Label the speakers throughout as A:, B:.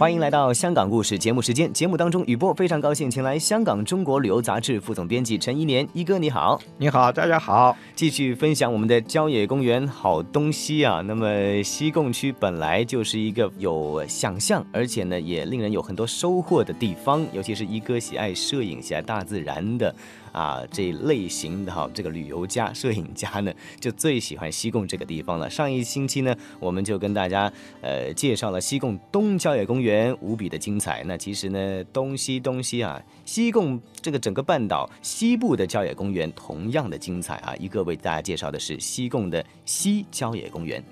A: 欢迎来到《香港故事》节目时间。节目当中，雨波非常高兴，请来香港《中国旅游杂志》副总编辑陈一年一哥，你好，
B: 你好，大家好。
A: 继续分享我们的郊野公园好东西啊。那么西贡区本来就是一个有想象，而且呢也令人有很多收获的地方，尤其是一哥喜爱摄影、喜爱大自然的啊这一类型的哈、这个旅游家、 摄影家呢，就最喜欢西贡这个地方了。上一星期呢，我们就跟大家呃介绍了西贡东郊野公园无比的精彩。那其实呢，东西东西啊，西贡这个整个半岛西部的郊野公园同样的精彩啊。一个为大家介绍的是西贡的西郊野公园，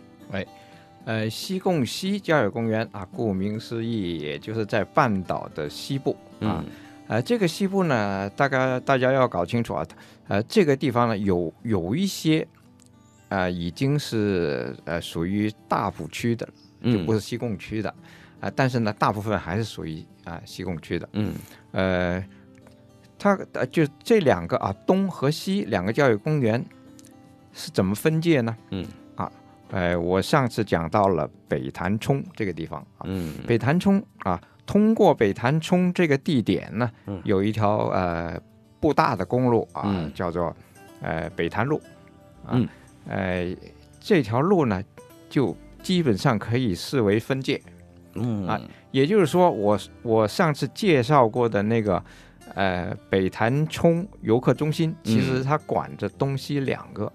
B: 呃，西贡西郊野公园啊，顾名思义，也就是在半岛的西部啊。
A: 啊，
B: 呃，这个西部呢，大概大家要搞清楚啊，呃，这个地方呢有有一些，呃，已经是呃属于大埔区的，
A: 嗯，
B: 不是西贡区的，啊、但是呢，大部分还是属于啊、西贡区的。
A: 嗯
B: 呃，它呃就这两个啊，东和西两个教育公园是怎么分界呢？
A: 嗯，
B: 啊，呃，我上次讲到了北潭冲这个地方啊，
A: 嗯
B: 北潭冲啊，通过北潭冲这个地点呢，
A: 嗯
B: 有一条呃不大的公路啊，
A: 嗯
B: 叫做呃北潭路啊，
A: 嗯
B: 呃这条路呢就基本上可以视为分界。
A: 嗯
B: 啊也就是说我，我上次介绍过的那个，呃，北潭冲游客中心，
A: 嗯
B: 其实它管着东西两个，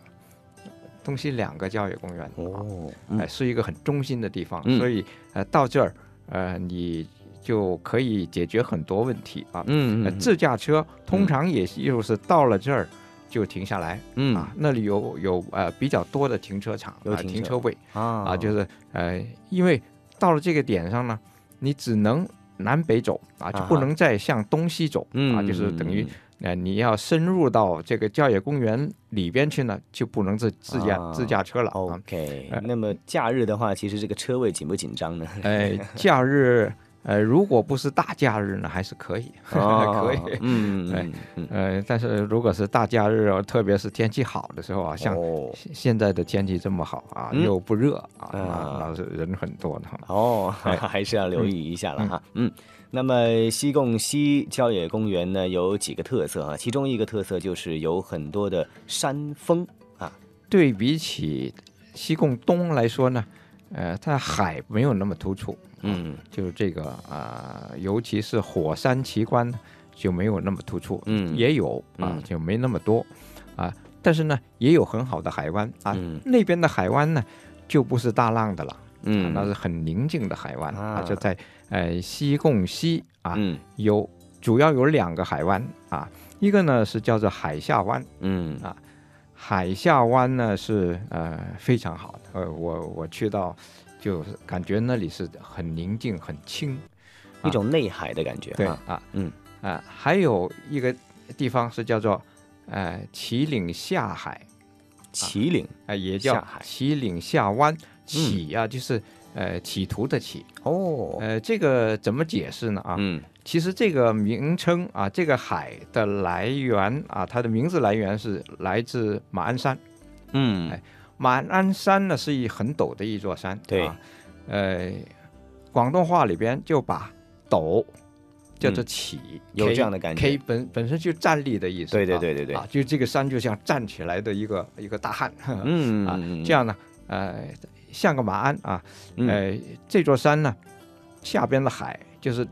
B: 东西两个郊野公园，啊
A: 哦，
B: 哎、是一个很中心的地方，
A: 嗯
B: 所以呃，到这儿，呃，你就可以解决很多问题啊。
A: 嗯
B: 呃自驾车通常也就是到了这儿就停下来、
A: 嗯
B: 啊，那里有有呃比较多的停车场
A: 有
B: 啊、
A: 停车
B: 停车位，
A: 啊
B: 啊，就是呃，因为到了这个点上呢，你只能南北走啊，就
A: 啊
B: 不
A: 哈
B: 能再向东西走
A: 嗯
B: 啊，就是等于呃，你要深入到这个郊野公园里边去呢，就不能自自驾、
A: 啊
B: 自驾车了啊。
A: OK，
B: 哎
A: 那么假日的话，其实这个车位紧不紧张 呢？
B: 哎，假日呃，如果不是大假日呢，还是可以，啊 可以。
A: 嗯，
B: 哎
A: 嗯嗯，
B: 呃，但是如果是大假日哦，特别是天气好的时候啊，像
A: 哦
B: 现现在的天气这么好啊，
A: 嗯
B: 又不热
A: 啊
B: 啊，那那是人很多的哈。
A: 哦，
B: 哎
A: 还是要留意一下了哈。嗯，那么西贡西郊野公园呢，有几个特色啊，其中一个特色就是有很多的山峰啊，
B: 对比起西贡东来说呢，呃，它海没有那么突出，
A: 嗯
B: 就是这个啊、呃尤其是火山奇观呢就没有那么突出，
A: 嗯
B: 也有啊
A: 嗯，
B: 就没那么多啊，但是呢，也有很好的海湾啊，
A: 嗯
B: 那边的海湾呢就不是大浪的了，啊
A: 嗯，
B: 那是很宁静的海湾
A: 啊
B: 啊，就在呃西贡西啊，
A: 嗯
B: 有主要有两个海湾啊，一个呢是叫做海下湾。
A: 嗯
B: 海下湾呢是呃非常好的，呃我我去到就是感觉那里是很宁静很清，
A: 一种内海的感觉
B: 对
A: 啊，
B: 啊
A: 嗯
B: 啊还有一个地方是叫做呃旗岭下海
A: 麒麟
B: 啊、也
A: 下
B: 叫
A: 海嗯
B: 旗岭下湾，企啊、就是呃企图的企，
A: 哦，
B: 呃这个怎么解释呢啊？
A: 嗯
B: 其实这个名称啊，这个海的来源啊，它的名字来源是来自马鞍山。
A: 嗯
B: 马鞍山呢是一很陡的一座山，
A: 对
B: 啊，呃，广东话里边就把陡叫做起，
A: 嗯有
B: K-
A: 这样的感觉
B: K 本本身就站立的意思，
A: 对对
B: 啊
A: 对对对
B: 啊，就这个山就像站起来的一个一个大汉，
A: 嗯
B: 啊
A: 嗯，
B: 这样呢，呃，像个马鞍啊，
A: 嗯
B: 呃，这座山呢下边的海就是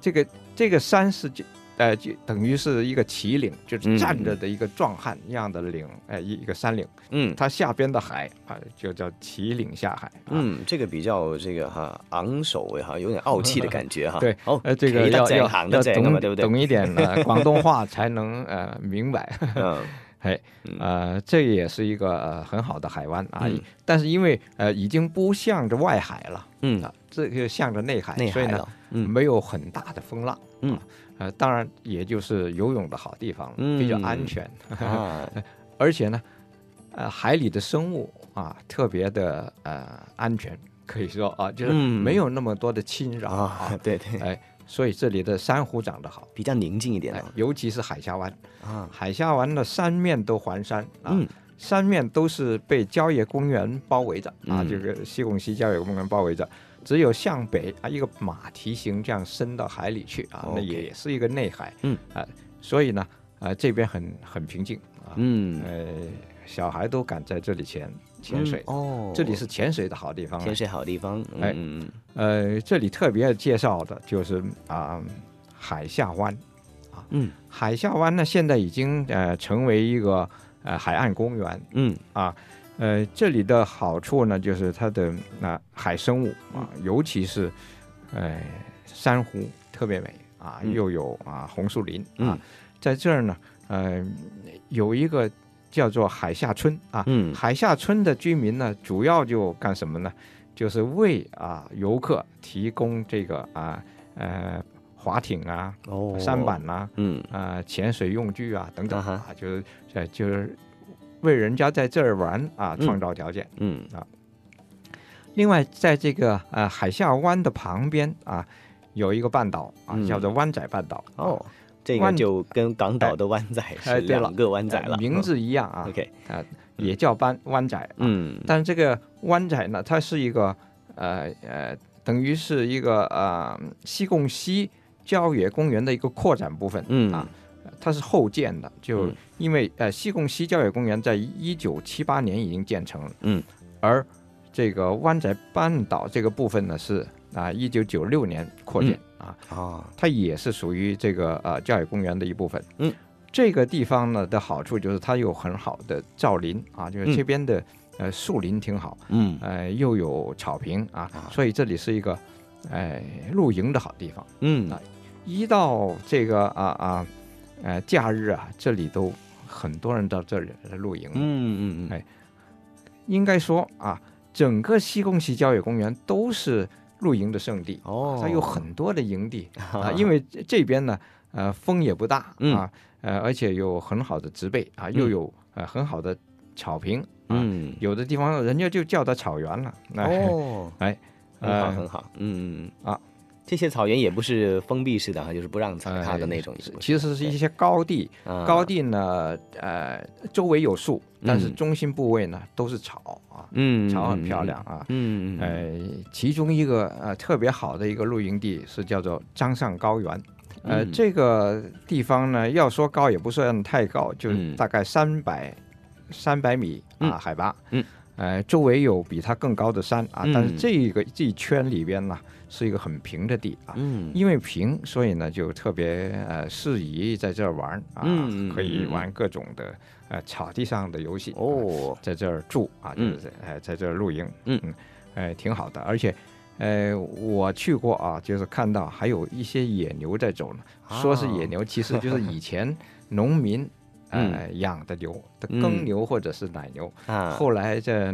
B: 这个这个山是就。呃，就等于是一个旗岭，
A: 嗯
B: 就是站着的一个壮汉一样的岭，哎、一一个山岭。
A: 嗯
B: 它下边的海啊，就叫旗岭下海。啊、，
A: 嗯，这个比较这个哈昂首哎哈，有点傲气的感觉哈。
B: 对，
A: 哦，
B: 呃，这个
A: 要
B: 要要
A: 行的
B: 要
A: 这个
B: 懂
A: 嘛，对不对？
B: 懂一点 呃广东话才能呃明白。
A: 嗯
B: 哎，呃，这也是一个、呃、很好的海湾啊，
A: 嗯
B: 但是因为呃已经不向着外海了，
A: 嗯，
B: 啊，这个向着内海，
A: 内
B: 所以
A: 海
B: 呢
A: 了，，嗯
B: 没有很大的风浪。
A: 嗯
B: 啊，呃，当然也就是游泳的好地方了，
A: 嗯
B: 比较安全，
A: 啊，
B: 而且呢，呃，海里的生物啊，特别的呃安全，可以说啊，就是
A: 嗯
B: 没有那么多的侵扰 啊，
A: 啊，对对，
B: 哎，所以这里的珊瑚长得好，
A: 比较宁静一点
B: 哎
A: 哦，
B: 尤其是海峡湾，
A: 啊，
B: 海峡湾的三面都环山啊。
A: 嗯
B: 三面都是被郊野公园包围着啊，
A: 嗯
B: 这个西贡西郊野公园包围着，只有向北啊一个马蹄形这样伸到海里去啊，那
A: 哦 OK
B: 也是一个内海，
A: 嗯
B: 啊，所以呢啊这边很很平静啊，
A: 嗯，
B: 呃，小孩都敢在这里潜潜水
A: 嗯、哦，
B: 这里是潜水的好地方啊。
A: 潜水好地方，
B: 哎
A: 嗯嗯
B: 呃，这里特别介绍的就是啊、海下湾。啊
A: 嗯
B: 海下湾呢，现在已经呃成为一个呃海岸公园。
A: 嗯
B: 呃，这里的好处呢，就是它的那、海生物啊，
A: 嗯
B: 尤其是呃珊瑚特别美啊，
A: 嗯
B: 又有啊红树林啊，
A: 嗯
B: 在这儿呢，呃，有一个叫做海下村啊，
A: 嗯
B: 海下村的居民呢，主要就干什么呢？就是为啊游客提供这个啊呃划艇啊、
A: 哦，
B: 舢板呐、
A: 嗯，
B: 啊、呃潜水用具啊等等
A: 啊哈
B: 啊，就是呃就是为人家在这儿玩啊
A: 嗯
B: 创造条件。
A: 嗯
B: 另外，在这个呃海下湾的旁边啊，有一个半岛啊，
A: 嗯
B: 叫做湾仔半岛。啊
A: 哦，这个
B: 湾
A: 就跟港岛的湾仔是
B: 哎对了
A: 两个湾仔
B: 呃
A: 了，
B: 名字一样
A: 嗯
B: 啊，
A: OK，
B: 也叫湾湾仔。啊
A: 嗯
B: 但这个湾仔呢，它是一个呃呃，等于是一个呃西贡西郊野公园的一个扩展部分，
A: 嗯
B: 啊它是后建的，就
A: 嗯
B: 因为呃西贡西郊野公园在一九七八年已经建成了，
A: 嗯，
B: 而这个湾仔半岛这个部分呢是啊一九九六年扩建、啊，
A: 哦，
B: 它也是属于这个呃郊野公园的一部分。
A: 嗯，
B: 这个地方呢的好处就是它有很好的造林啊，就
A: 嗯
B: 是这边的、呃树林挺好，
A: 嗯
B: 呃又有草坪啊
A: 啊，
B: 所以这里是一个呃露营的好地方。
A: 嗯
B: 啊一到这个啊啊呃假日啊，这里都很多人到这里来露营。
A: 嗯嗯嗯
B: 哎应该说啊，整个西贡西郊野公园都是露营的圣地。
A: 哦，
B: 它有很多的营 地，啊，
A: 啊
B: 因为这这边呢，呃，风也不大
A: 嗯
B: 啊，呃，而且有很好的植被啊，又有呃很好的草坪，啊，
A: 嗯
B: 有的地方人家就叫它草原了。那
A: 哦，
B: 哎，
A: 很好
B: 呃
A: 很好，嗯嗯嗯
B: 啊，
A: 这些草原也不是封闭式的哈，就是不让踩
B: 呃
A: 踏的那种，也不
B: 其实是一些高地，
A: 啊
B: 高地呢，呃，周围有树，但是
A: 嗯
B: 中心部位呢都是草啊，
A: 嗯
B: 草很漂亮，啊。
A: 嗯嗯嗯嗯
B: 呃，其中一个呃特别好的一个露营地是叫做张上高原，呃，
A: 嗯
B: 这个地方呢，要说高也不算太高，就
A: 嗯
B: 是大概三百三百米啊、
A: 嗯
B: 海拔，
A: 嗯，
B: 呃，周围有比它更高的山啊，但是
A: 嗯
B: 这个这一圈里边呢是一个很平的地啊，
A: 嗯
B: 因为平，所以呢就特别呃适宜在这儿玩啊，
A: 嗯嗯
B: 可以
A: 嗯嗯
B: 玩各种的呃草地上的游戏啊
A: 哦，
B: 在这儿住啊，就
A: 嗯
B: 是在哎在这儿露营，
A: 嗯
B: 嗯，哎挺好的，而且，呃，我去过啊，就是看到还有一些野牛在走呢，
A: 啊
B: 说是野牛，其实就是以前农民
A: 嗯
B: 呃养的牛，的
A: 嗯
B: 耕牛或者是奶牛，
A: 啊，
B: 后来这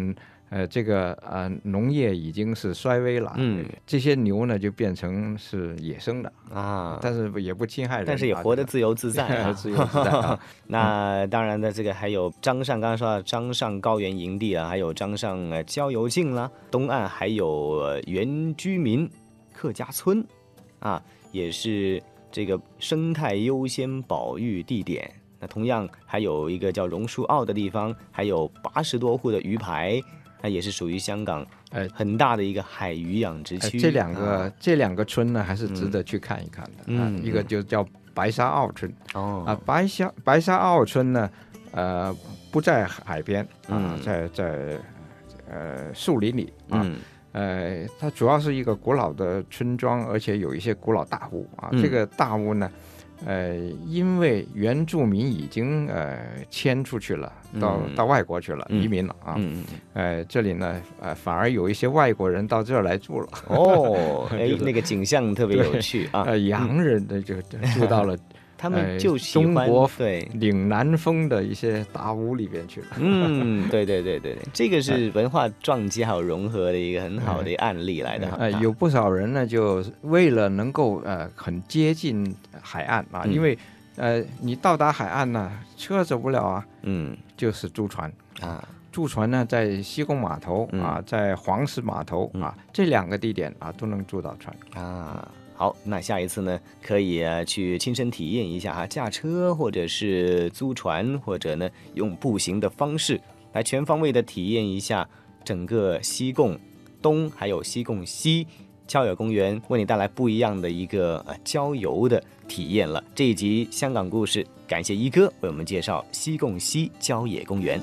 B: 呃这个呃农业已经是衰微了，
A: 嗯
B: 这些牛呢就变成是野生的，
A: 啊，
B: 但是也不侵害人啊，
A: 但是也活得自由自在啊，
B: 自由自 在啊
A: 那当然的，这个还有张上刚刚说到张上高原营地啊，还有张上呃郊游径啦，东岸还有呃原居民客家村啊，也是这个生态优先保育地点。那同样还有一个叫榕树澳的地方，还有八十多户的鱼排，那也是属于香港
B: 哎
A: 很大的一个海鱼养殖
B: 哎
A: 区。
B: 这两个、
A: 啊
B: 这两个村呢，还是值得去看一看的。
A: 嗯
B: 啊
A: 嗯
B: 一个就叫白沙澳村、
A: 哦
B: 啊，白沙白沙澳村呢，呃，不在海边啊，
A: 嗯
B: 在在呃树林里啊。
A: 嗯
B: 呃，它主要是一个古老的村庄，而且有一些古老大屋啊。
A: 嗯
B: 这个大屋呢，呃，因为原住民已经呃迁出去了，到、
A: 嗯
B: 到外国去了，
A: 嗯
B: 移民了啊。
A: 嗯嗯
B: 呃，这里呢，呃，反而有一些外国人到这儿来住了。
A: 哦，哎
B: 就，是
A: 那个景象特别有趣 啊！
B: 呃，洋人的就就住到了
A: 他们
B: 哎
A: 就喜欢、
B: 中国
A: 对，
B: 岭南风的一些大屋里边去了。
A: 嗯，对对对对对，这个
B: 哎
A: 是文化撞击还有融合的一个很好的一个案例来的哈。啊
B: 呃，哎有不少人呢，就为了能够呃很接近海岸啊，
A: 嗯
B: 因为呃你到达海岸呢，车走不了啊，
A: 嗯
B: 就是租船。
A: 啊，
B: 驻船呢在西贡码头、
A: 嗯
B: 啊，在黄石码头、啊这两个地点啊都能驻到船。
A: 啊。好，那下一次呢，可以呃去亲身体验一下哈，驾车或者是租船，或者呢用步行的方式来全方位的体验一下整个西贡东还有西贡西郊野公园，为你带来不一样的一个呃郊游的体验了。这一集香港故事，感谢一哥为我们介绍西贡西郊野公园。